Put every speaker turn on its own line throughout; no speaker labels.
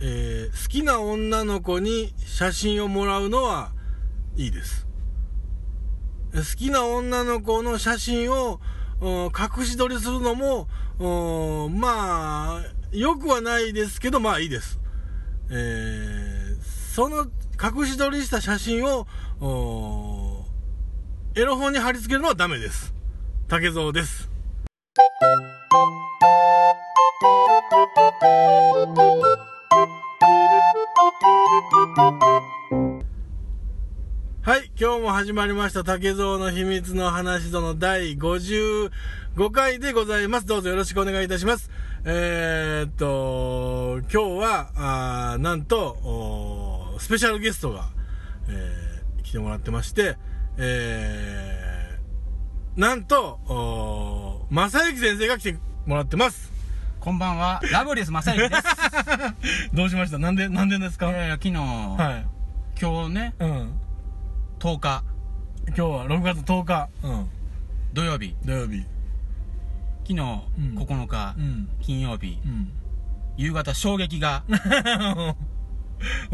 えー好きな女の子に写真をもらうのはいいです。好きな女の子の写真をうん隠し撮りするのも、うんまあ、良くはないですけど、まあいいです。えーその隠し撮りした写真を、うんエロ本に貼り付けるのはダメです。竹蔵です。はい、今日も始まりました竹蔵の秘密の話との第55回でございます。どうぞよろしくお願いいたします。えー、っと、今日は、あーなんと、おースペシャルゲストが、えー来てもらってまして、えーなんと、おー正幸先生が来てもらってます。
こんばんは、ラブレス正 幸です。
どうしましたなんで、なんでです
い
か
やいや、昨日、
はい。
今日ね、
うん。
10日、
今日は6月10日、うん、
土曜日、
土曜日。
昨日、
ん
9日、
ん。
金曜日、
うん。
夕方、衝撃が、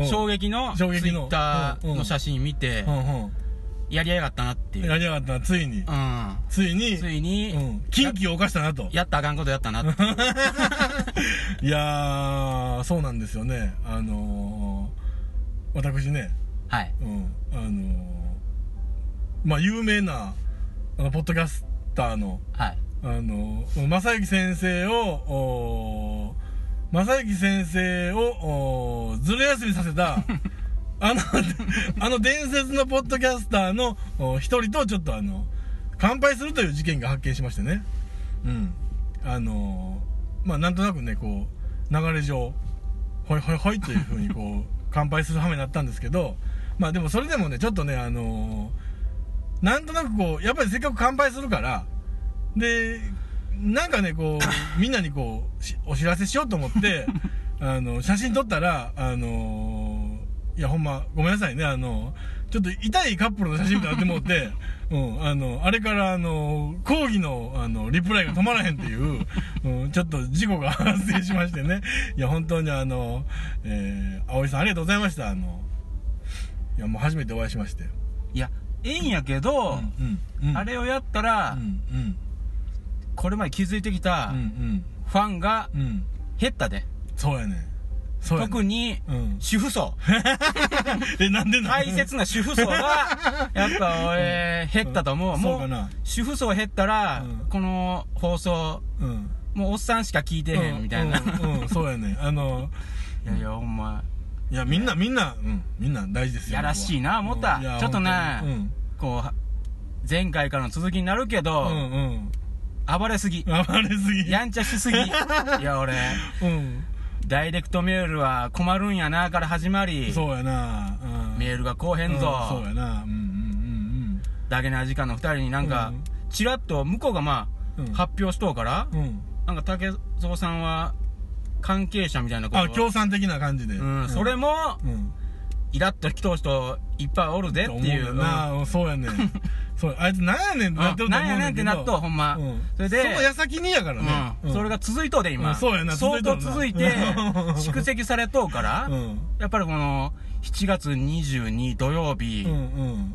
衝
撃
撃のツイ
衝撃の
ッター
うんう
の
ん
写真見て
う、ん
やりやがったなって
う
い
ん
う。
やりやがったなついに
うん。
ついに
ついに、
うん、近畿を犯したなと
やったらあかんことやったなって。
いやーそうなんですよねあのー、私ね
はい。
うんあのー、まあ有名なあのポッドキャスターの
はい。
あのー、正幸先生をおー正幸先生をおーずる休みさせたあのあの伝説のポッドキャスターのお一人とちょっとあの乾杯するという事件が発見しましてねうんあのーまあなんとなくねこう流れ上ほいほいほいというふうにこう乾杯する羽目になったんですけどまあでもそれでもねちょっとねあのーなんとなくこうやっぱりせっかく乾杯するからでなんかねこうみんなにこうしお知らせしようと思ってあの写真撮ったらあのーいやほんまごめんなさいねあのちょっと痛いカップルの写真になってもうて、うん、あのあれからあの抗議のあのリプライが止まらへんっていう、うん、ちょっと事故が 発生しましてねいや本当にあの、えー、葵さんありがとうございましたあのいやもう初めてお会いしまして、
いや、ええんやけど、
うんうん
あれをやった
う
ら
ん、うん
これまで気づいてき
う
た
ん
ファンが
うんうん
減ったで。
そうやねそうやね
特に、
うん
主婦層。
えなんでなの
大切な主婦 層が、やっぱ俺、減ったと思う。
うんそう
も
かな
う、主婦層減ったら
うん、
この放送、
うん
もうおっさんしか聞いてへんみたいな。い
うん、うんそうやねあの
やいや、ほんま、
いやみんなみんなうんみんな大事ですよ
やらしいな思った
うんいや
ちょっとな
本当に
こう、前回からの続きになるけ
うんう
ど、
んうん
暴れすぎ。
暴れすぎ
やんちゃ しすぎ。いや、俺、
うん
ダイレクトメールは困るんやなから始まり、
そうやなうん
メールがこうへ
うんんそ
ぞ
う。やなうん
だけな時間の二人になん
う
か
ん、
ちらっと向こうがま
うんうんうん
あ、発表しとうから、
うん
なんか竹蔵さんは関係者みたいなこと
あ協賛的な感じで
うん、それも
うん
イラッときとう人いっぱいおるでってい
と思
う
よなうんそうやねそうあいつなんやねんってなって
う
ると
んなん
思う
やねんっ
けど
てなっとうほんま、
うん
それで
その矢先にやからね
うんそれ
が
が続いとうで今、
うんそうやな
相当
続
続
い
い
とうな
て蓄積されとうから、
うん
やっぱりこの7月22土曜日、
うんうん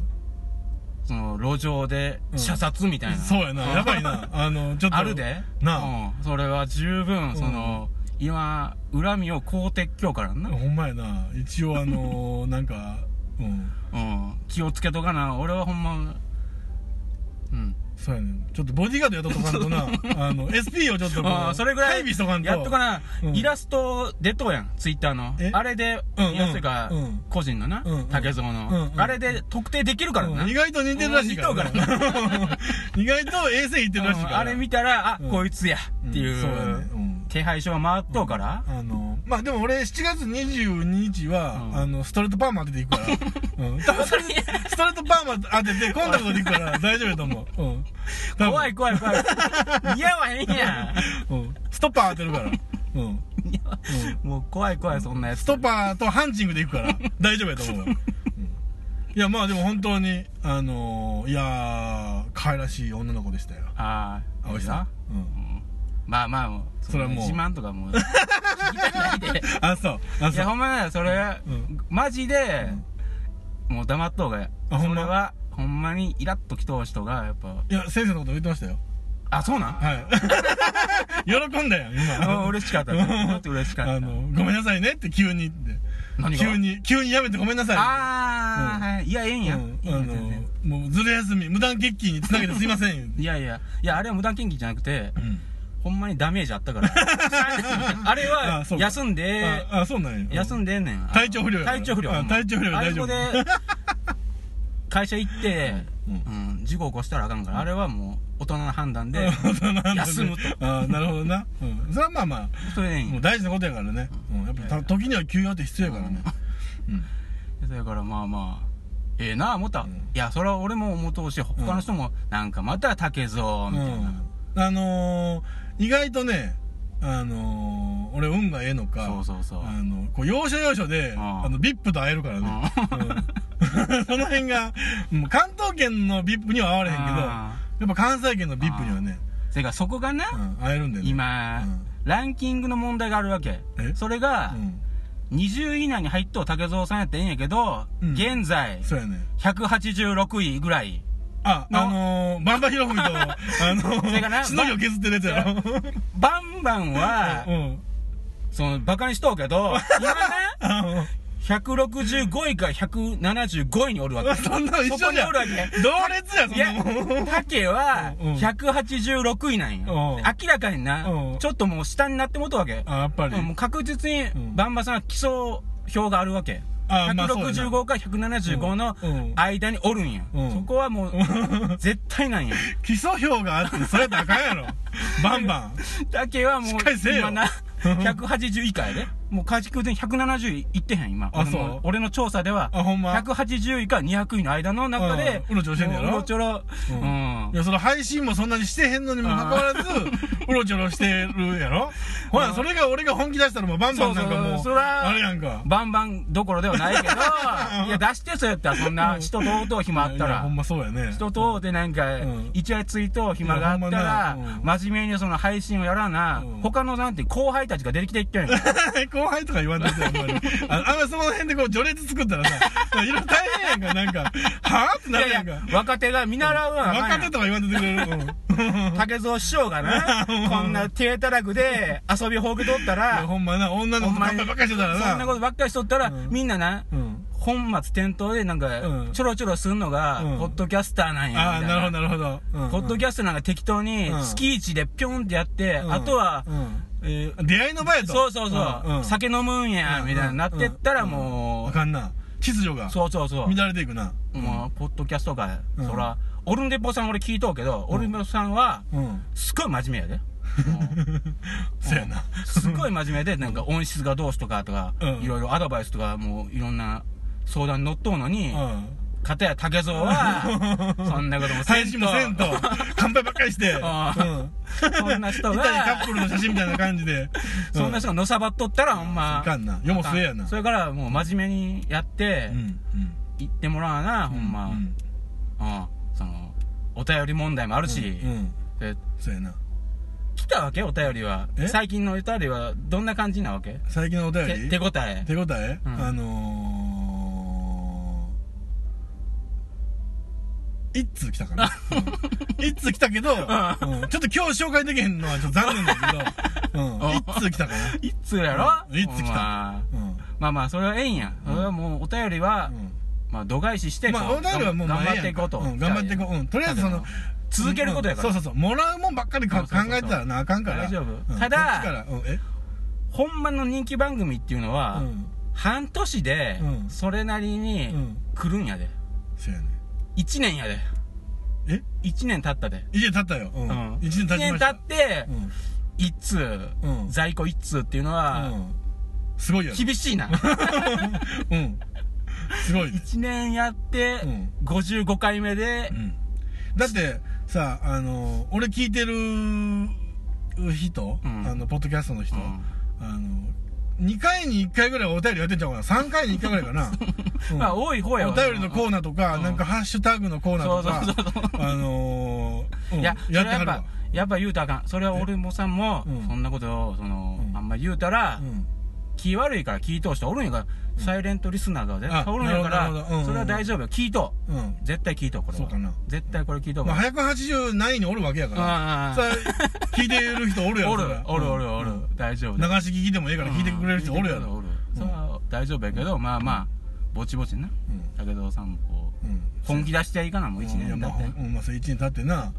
その路上で
うん
射殺みたいな、
そうやな、やばいな。あの、ちょっと。
あるで
な
うん、それは十分その、今恨みをこう撤去からな、
ほんまやな。一応あ の、なんか、うん。
うん、気をつけとかな俺はほんまうん
そうやねんちょっとボディーガードやっとっとかんとな、 あの、SP をちょっとこう
あーそれぐらい
配備しとかんと。
やっとかな、
うん
イラスト出とうやんツイッターの
え
あれで、
うんうん
いやつが、
うん
個人のな、
うんうん
竹蔵の、
うんうん
あれで特定できるからな、
うん意外と似てるらしいからな。 意外と衛星いってるらしいか
うん
ら。
あれ見たらあ、
うん
こいつやっていう,、
んそうやね。うん
手配書が回っとうから、
あの、まあ、でも俺7月22日は、
うん
あの、ストレートパーマ当てていくか ら。うん。多分それで ストレートパーマ当てて、コンタクトでいくから大丈夫やと思う。うん。多分
怖い怖い怖い似合わへんや
うん。ストッパー当てるから。うん。
んもう怖い怖いそんなやつ
ストッパーとハンチングで行くから大丈夫やと思うわ、うんいやまあでも本当にあのー、いやー可愛らしい女の子でしたよ
ああ
葵さん、うん、
まあまあもう
それはもう
自慢とかもう聞きたくないで
あそうあ
い
そう
やほんまねそれ、
うん
マジで、もう黙っとうが
あほんま
それはほんまにイラッときとう人がやっぱ
いや先生のこと言ってましたよ
あそうなん
はい 喜んだよ
あ
今
嬉しかっ た
うん
ちょっと嬉しかった
あのごめんなさいねって急に言って
何が
急に急にやめてごめんなさい
ああ、
う
はいいやええん
うん
や、いいん
あ
や全然
のもうずる休み無断欠勤につなげてすいません言うて
いやいやいやあれは無断献金じゃなくて
うん
ほんまにダメージあっ たからあれは
あそうか
休んで
ああそうなんや
休んでんねん
体調不良やから
体調不良
あ
ほんま
体調不良
あれ
大丈夫
こで会社行って、
う
うんん事故起こしたらあかんからあれはもう大人の判断で 休むと
ああなるほどな、うん、それはまあまあ
それでいいん
もう
や
大事なことやからね、うんやっぱた時には休養って必要やからね、うん
そやからまあまあええなあ思った、
ん
いやそれは俺も思うとうし他の人もなんかまた竹蔵みたい
う
な、
ん、あのー、意外とねあのー、俺運がええのか
そうそうそう
あのこう要所要所で、
ん
あの VIP と会えるからね、うん その辺がもう関東圏の VIP には会われへんけどや
あ
っぱ関西圏の VIP にはね、
ーそれからそこがな、
うん、会えるんだよね
今、
うん
ランキングの問題があるわけ
え
それ
う
が、
ん
20位以内に入っとう竹蔵さんやったらええんやけど、
うん
現在
そうやね
186位ぐらい
あ、あのー、バンバヒロ フミと、あ
それ
の、
がな
しのぎを削ってるやつやろ。
バンバンは、
うん。
そのバカにしとう けど今な
あの
165位から175位におるわけ
そんなの一緒じゃん。
そこにおるわけ
同列や、そ
い
ん
や
なもん。
竹は
うん
186位なんや
うん
明らかにな
うん
ちょっともう下になってもうたわけ
あ、やっぱり。
うんもう確実に
ん
バンバさんは基礎票があるわけ
あまあそうやな
165から175の
うん
間におるんや
うん
そこはもう絶 対なんや
基礎票があって、それやったらあかん やろ。バンバン。
だけはも
しっかりせ
う
えよ
今な180以下やでもう確実に170いってへん今
あ
俺の
そう
俺の調査では
あ、ほんま。
180位から200位の間の中で
うんうろちょろしてんのやろ
もううろちょろ
う
うんん
いや、その配信もそんなにしてへんのにもかかわらず、うろちょろしてるやろ。ほら、それが俺が本気出したらもうバンバンなんか
そう
も
そう
う、
そら
あれやんか。
バンバンどころではない けどいや出してそうやったらそんな人と会うと暇あった
いや
ら
ほんまそうやね。
人と会うてなんか
うん
一夜ついと暇があったら
いやほんまな
真面目にその配信をやらな
うん
他のなんて後輩たちが出てきていってんやん
後輩とか言わんといて、あんまり。ああんまりその辺でこう、序列作ったらさ、い ろいろ大変やんか、なんか、はぁって
い
なるやん
やい
か。
や若手が見習うわなあか
若
ん
手
やん
とか言わんといてくれる。うん
竹蔵師匠が なこんな手たらくで遊びほうけとった
いや
ら
ほんまな、女の子
ほ
と乾
んまに
杯ばっかりしてたらな。
そんなことばっかりしとったら
うん
みんなな
うん。
本末転倒でなん
う
か
ん
ちょろちょろすんのが
うん
ポッドキャスターなんやみ
ああ、
たい
なるほど、
な
なるほど。うん
ポッドキャストなんか適当に
うん
月一でピョンってやって
うん
あとは
うん
えー
出会いの場やと。
そうそう
うん
そううん酒飲むんやみたいななってったら
うん
も
あかんな。秩序が
うそうそうそう
乱れていくな。
もうポッドキャストが
うん
そらオルンデポさん俺聞いとうけどオルンデポさんは
うん。
すごい真面目やで
そやな。
すごい真面目でなんか音質がどうしとかとか
うん
いろいろアドバイスとかもういろんな相談に乗っとうのに
うん。
片や竹蔵 はそんなこともせ
配
ん
信
と
もせんと、乾杯ばっかりして。うん。い
あ
た
ーそんな人
りカッ
が
プルの写真みたいな感じで。
そんな人がのさばっとったらほん
あ
ま
かんな。世も末やな。
それからもう真面目にやって
うん。うん。
行ってもらわなほんま
う
うん
ん
そのお便り問題もあるし
うん。
で
そうやな。
来たわけお便りは
え
最近のお便りはどんな感じなわけ
最近のお便
て
り
手応え
手応え、
うん
あのー、一通来たか な。うん一通来たけど、うんちょっと今日紹介できへんのはちょっと残念だけど、うん
うん
一通来たか
いつやろ
うんいつ来た
ほんま
な。うん
まあまあそれはええんやそれはもうお便りは
う
まあ度外視して
ん、まあ、
こ
お便りはもう
頑
まあ
張っていこうと
ええやんかん頑張っていこう。うん、とりあえずその、
続けることやから
うんそうそうそう。もらうもんばっかりか
そうそうそう
考えてたらなあかんから。
大丈夫
うん
ただ
こっちから、うん、え
ほんまの人気番組っていうの
う
は
ん。
半年で
うん
それなり
う
に
ん。
来るんやで
そうやね。
1年やで
え
1年経ったで
家経ったよ。うん。
うん
一年経ちま
1年
した。
経って
うん。
一通
うん
在庫一通っていうの
う
は
ん。すごいやろ。
厳しい
う
な
ん。すごいね。
1年やって
うん
55回目で
うん。だって、さ、あの、俺聞いてる人、
うん
あの、ポッドキャストの人、
うん
あの、2回に1回ぐらいお便りやってんちゃうかな。3回に1回ぐらいか な。うん
まあ多い方やわ
お便りのコーナーとか、
うん
なんかハッシュタグのコーナーとか、
そうそうそう
あのー、うん
いやそれはやっ
はるわ
ぱやっぱ言うたらあかんそれは俺もさんも
うん
そんなことをその、
うん
あんま言うたら、
うん
気悪いから聞いとう人おるんやから、
うん
サイレントリスナーが絶対
あ
おるんやから、
なるほどなるほどうんうん
それは大丈夫よ聞いとう
うん
絶対聞いとうこれは
そうかな
絶対これ聞いとう
ま
か
あ
ら、
180何位におるわけやから
あ
さあ聞いてる人おるやろ
おる
そりゃ
おるお
う
る
ん
おる、大丈夫
流し聞きでもええから聞いてくれる人おるや
うん
ろ
おるそれは大丈夫やけど、まあまあぼちぼちな
うん
武藤さんもこう
うん
本気出していかなもう1
いや
年
ま
だ
あ
って、
ほんうんまあそれ1年経ってな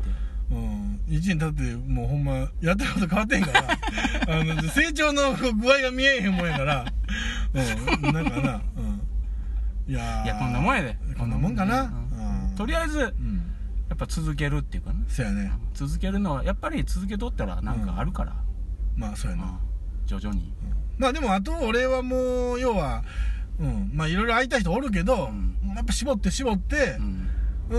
うん1年経ってもうほんまやってること変わってへんから あの成長の具合が見えへんもんやから うんなんかなうんいやー
いやこんなもんやで
こんなもんか
う
なんうん
とりあえずや
うん
っぱ続けるっていうかな
そやね
続けるのはやっぱり続けとったらなんかあるから、
まあそうや
うん
な
徐々に、
まあでもあと俺はもう要はうんまあいろいろ会いたい人おるけど、
うん
やっぱ絞って絞って
うん
うー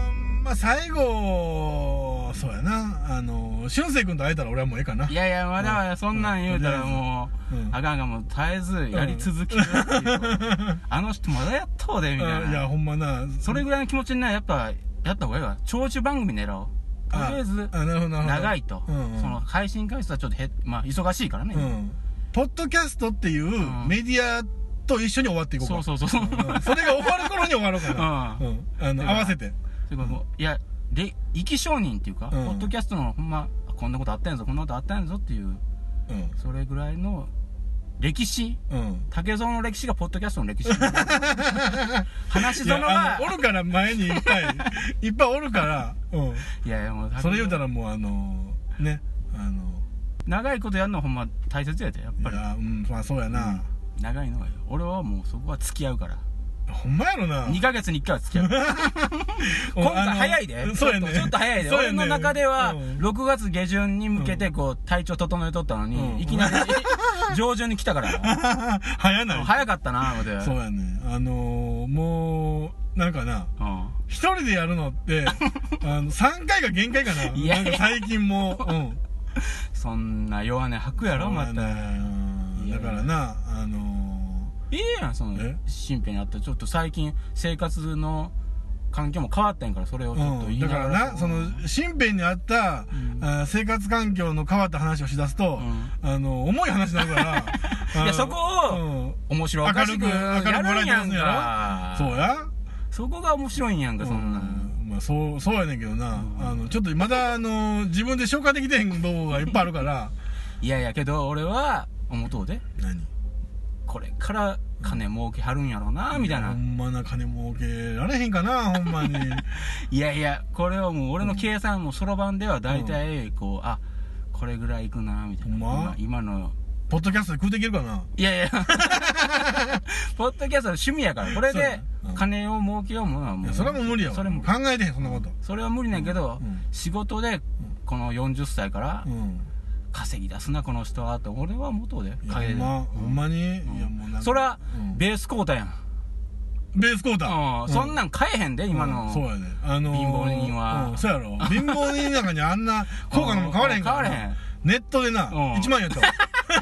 んまあ最後そうやなあの俊く君と会えたら俺はもうええかない
やいやまだまだそんなん言うたらもう、
うん
あかんがもう絶えずやり続けるっていう、あの人まだやっとうでみたい
あい
な
やほんまな
それぐらいの気持ちになやっぱやった方がいいわ長寿番組狙おうとりあえず
あなるほどなるほど
長いと、
うんうん
その配信回数はちょっと減っまあ忙しいからね、
うんポッドキャストっていうんメディアと一緒に終わっていこう
そ
か
うそう そうそう、
うんうんそれが終わる頃に終わろうかな、
う
うんあ
て
の
か
合わせて
というかもういやで生き証人っていうか、
うん
ポッドキャストのほんまあこんなことあったんやぞこんなことあったんやぞっていう
う
それぐらいの歴史
んうん
竹園の歴史がポッドキャストの 歴史話し園
いや
が
あのおるから前にいっぱ いいっぱいおるから、うん、
いやいやもう
それ言うた
ら
らもうあのねあの
長いことやるのはほんま大切やでやっ
い
ぱり
やうんまあそうやな、
長いのはよ俺はもうそこは付き合うから
ほんまやろな
2ヶ月に1回は付き合う
うん
今回
あの
早いで
そうやね
ちょっとちょっと早いで、
そうや
俺
ね
の中では
うん
6月下旬に向けてこう体調整えとったのに、
うん
いきなり 上旬に来 たから
早ない
早かったな思ってう
そうやねあのー、もうなんかなん一人でやるのって あの3回が限界かない
やい
な
や
んか最近もう、うん、
そんな弱音吐くやろま
そうや
た
ね
いや
だからなあの
いいやんその
え
身辺にあったちょっと最近生活の環境も変わったんやからそれをちょっ
ー
と
う
言
ん、
い
だ
な
か
が
ら
ら
なその身辺にあった、
ん
あー生活環境の変わった話をしだすと、あの重い話になるからあ
い
の
やそこを
うん
面白おかしく
明るく明
や
るく
るんやん
笑
か
そうや
そこが面白いんやんかそんな
うんまあ、そうそうやねんけどな、あのちょっとまだあの自分で消化できてへん動画がいっぱいあるから
いやいやけど俺は思うとうで
何
これから金儲けはるんやろうなみたい
ほ
なん
まな金儲けられへんかなほんま に
いやいやこれはもう俺の計算もそろばんでは大体こうあこれぐらいいくなみたいな
ほんま
今今の
ポッドキャストで食うていけるかない
やいやポッドキャストの趣味やからこれ
そうや
で
ねうん
金を儲けようものはいも
や
う
それはもう無理やわ
それも
考えてへんそんなこと
それは無理なんやけど、
うん
仕事でこの40歳から
うん
稼ぎ出すなこの人はと俺は元で
いやほ
稼い
ん
で
ま、ほんまに、いやもうなんか
そら、
うん
ベース交代やん、
ベースコータ
うん
ー
そんなん買えへんで今の、
そうやねあのー
貧乏人は
うんそうやろ貧乏人の中にあん な効果なんか変われへんからな
うん変われ
ネットでな
うん
1万円やった わ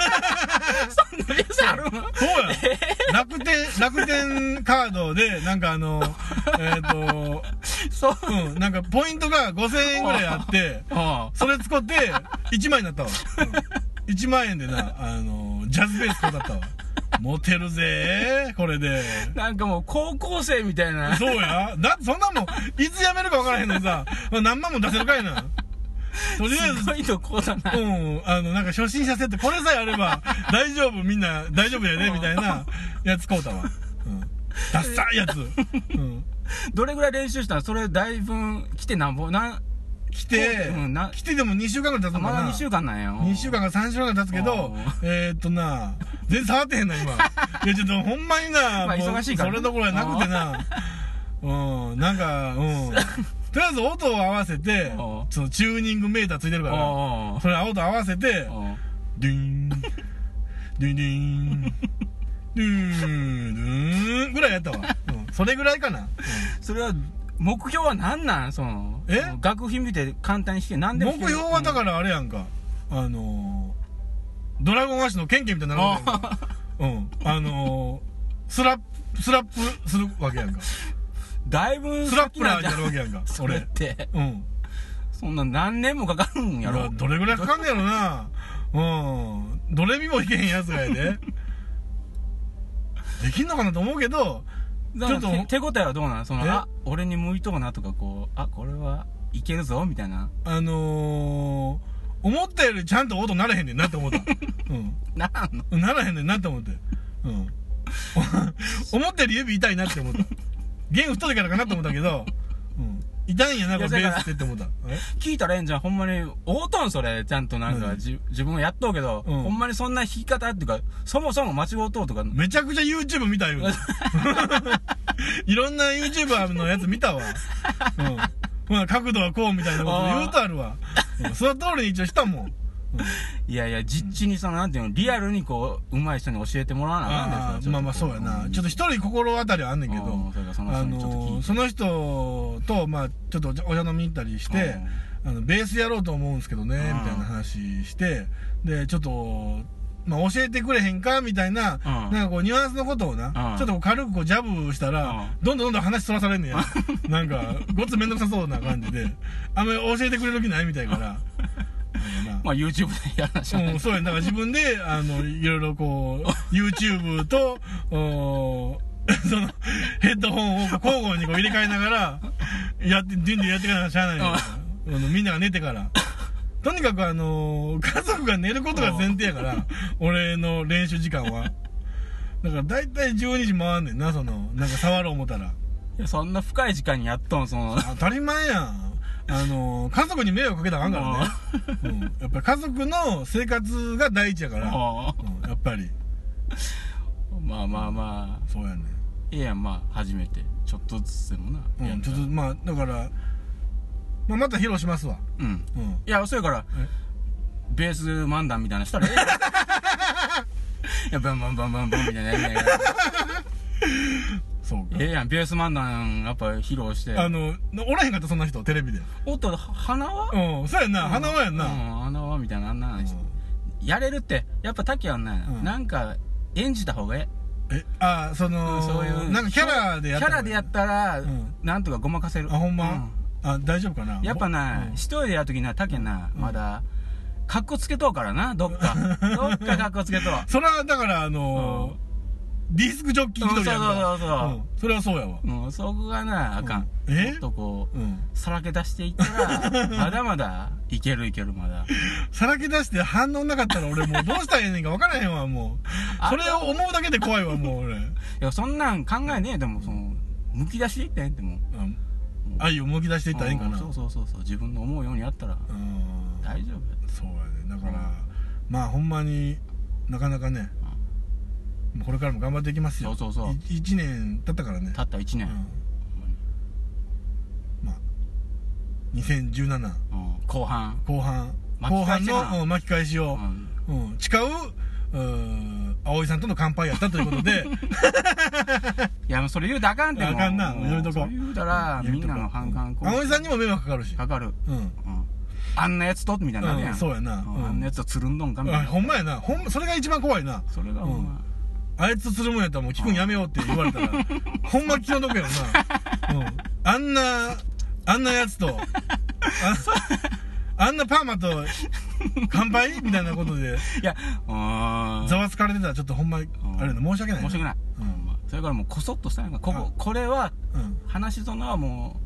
そんなベースあるの
そうや楽天楽天カードでなんかあのえっと
そう
うんなんかポイントが5000円ぐらいあって
う
それ使って1万円にな ったわ、うん、1万円でなあのージャズベース買うだったわモテるぜーこれで
んなんかもう高校生みたいな
そうやだってそんなもんいつ辞めるか分からへんのにさ何万も出せるかいなとりあえず
すごいとこだな
うん、あの、なんか初心者セット、これさえあれば、大丈夫、みんな、大丈夫やで、みたいな、やつ買うたわ。うん。ダッサいやつ。うん。
どれぐらい練習したらそれだいぶ来てなんぼなん
来て
うんな、
来てでも2週間ぐらい経つの
ま
か
だ
な。
2週間なんや
2週間か3週間ぐらい経つけど
お、
えーっとな、全然触ってへんな、 今。いや、ちょっとほんまにな、
まあ
もう
忙しいからね
それどころやなくてな。うん、なんか、うん。とりあえず音を合わせて
お、
そのチューニングメーターついてるから、
お
それ音合わせて、
うおうおう
ドゥーン、ドゥーンドゥーン、ドゥーン、ドゥーンぐらいやったわ。うん、それぐらいかな。
それは目標は何なんその
え
学費見て簡単に弾け
う
何
ん
でも
目
弾ける
標はだからあれやんか。あのー、ドラゴンアッシュのケンケンみたいになるわけやんか。うん。あのー、スラップ、スラップする わけやんか。
だいぶ
スラッ
先
プラ
なん
ーに
じゃん
なるわけやんか
。それっ
俺。
て
うん。
そんな何年もかかるんや
い
ろ
やどれぐらいかかんねやろなうんどれ見もいけへんやつがやで できんのかなと思うけど
だから
ちょっと
手手応えはどうなんその
え
あ俺に向いとうなとかこうあこれはいけるぞみたいな
あのー、思ったよりちゃんと音ならへんねんなって思った、
ならんの
うん、ならへんねんなって思って、うん、 思ったより指痛いなって思った弦太いからかなと思ったけど、うん、痛いんやなこれベ
いや
ー
だから
スってって思ったえ
聞いたらええんじゃんほんまにおうとんそれちゃんとなんか
何
じ自分はやっとうけど、
うん
ほんまにそんな弾き方っていうかそもそも間違うとうとか
めちゃくちゃ YouTube 見たよ。 いろんな YouTuber のやつ見たわ。うん。ほな、角度はこうみたいなこと言うとあるわ。うんその通りに一応したもん。
いやいや実地にそのなんていうのリアルにこう上手い人に教えてもらわなあかん
あ
です
あ、まあまあそうやな。ちょっと一人心当たりはあんねんけど、
うんそれからその
あ
人にちょっと聞い
の
て
その人と、まあ、ちょっとお茶お茶飲みに行ったりして、あの、ベースやろうと思うんですけどね、み
うん
たいな話して、で、ちょっと、まあ、教えてくれへんかみたいな、
うん
なんかこう、ニュアンスのことを
う
な、
ん
ちょっとこう軽くこう、ジャブしたら、どんどんどんどん話そらされんねや。 なんか、ごっつめんどくさそうな感じで、あんまり教えてくれる気ないみたいから。なんかな
まあ YouTube でやらしゃ
うん、そうやんだから自分で、あの、いろいろこう、YouTube と、おーその、ヘッドホンをこう交互にこう入れ替えながら、やって、順次やっていかなきゃしゃあないよあのみんなが寝てから。とにかくあの家族が寝ることが前提やから、俺の練習時間は。だから大体12時回んねんな、その、なんか触ろう思ったら。
いやそんな深い時間にやっとんその
当たり前やん。あの家族に迷惑かけたらあかんからね。うん。やっぱり家族の生活が第一やから。
あ
うんやっぱり
ーまあまあまあ
そうやね
ええやんまあ初めてちょっとずつでもな、
う
や
ん
った
ちょ
ら
っとまあだから、まあ、また披露しますわ
うん
うん
いやそうやから
え
ベース漫談みたいなのしたらえ えやんいやバンバンバンバンバンみたいなやりながら
そう
ええやんベース漫談やっぱ披露して
かあのおらへんかったそんな人テレビで
おっと鼻は
うんそうやんな花輪やんな、
うん鼻はみたいなあんなのしてやれるってやっぱ滝はね、
うん
なんか演じた方がえ
えああそ
え、
の、
そういう
なんかキャラでやった
キャラでやったら、
うん
なんとかごまかせる
あほんま、
う
あ大丈夫かな
やっぱな、
うん
一人でやるときな、たけな、
うん
まだ、かっこつけとうからな、どっ か。どっかかっこつけとう。
それはだからあのーディスクジョッキー一人やんか
うんそうそうそうそうん
それはそうやわ
もうそこがな、あかん。
うんえ
もっとこ
うん
う、さらけ出していった ら、まだまだ、いけるいける、まだ。
さらけ出して反応なかったら俺もうどうしたらええねんか分からへんわもう
あ
それを思うだけで怖いわもう俺
いや、そんなん考えねえでも、その、むき出していったんやってもう。
うん愛をむき出していったらええんかな
うそうそうそうそう、自分の思うようにやったら、
うん
大丈夫や
そうやねだから、まあほんまになかなかね、もうこれからも頑張っていきますよ
そうそうそう
い一年経ったからね
たった1
うん
年。
まあ2017
うん後半。
後半
巻
後
き返
半
しかな
の、うん巻き返し
う
を、
ん
うん誓ううん葵さんとの乾杯やったということ で
いや、もうそれ言うたらあかんってもう
あかんなやめとこう
それ言うたら、みんなの反感こう
葵さんにも迷惑かかるし
かかる。
うん
うんあんなやつとみたいになるや
うん
ん。
そうやな、
うんあんなやつとつるんどんかみたい
あ
な。
ほんまやなほんまそれが一番怖いな
それがほんま。
あいつとするもんやったらもう聞くんやめようって言われ たら、ほんま気の毒やろな。うん。あんな、あんなやつと、あんあんなパーマと乾杯みたいなことで、
いや、うーん。
ざわつかれてたらちょっとほんま、あれやな申し訳ない。
申し訳
ない。
ない。
うん
ほんまそれからもうこそっとしたやんか。こ
う
こ、これは、
うん。
話そのはも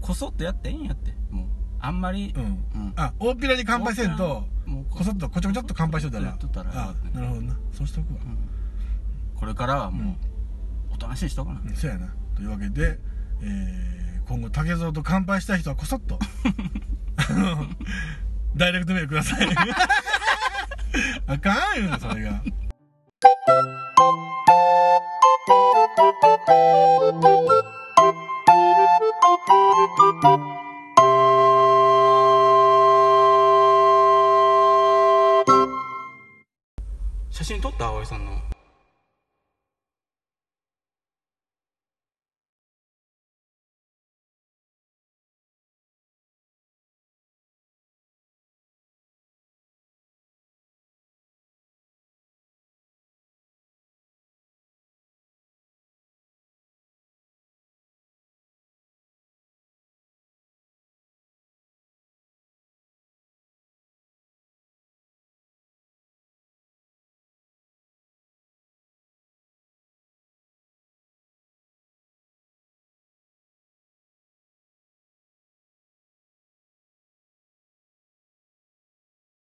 う、こそっとやってええんやって。もう、あんまり
う、ん。
うん
あ、大っぴらに乾杯せんと、、
もう
こそっとこちょこちょっと乾杯しといたら。
やっとったら
あ、なるほどな。そうしとくわ
う。んこれからはもう、おとなしいしとかな
う。ん、そうやな。というわけで、えー今後竹蔵と乾杯したい人はこそっと、あのダイレクトメールください。あかんよ、それが。
写真撮った葵さんの。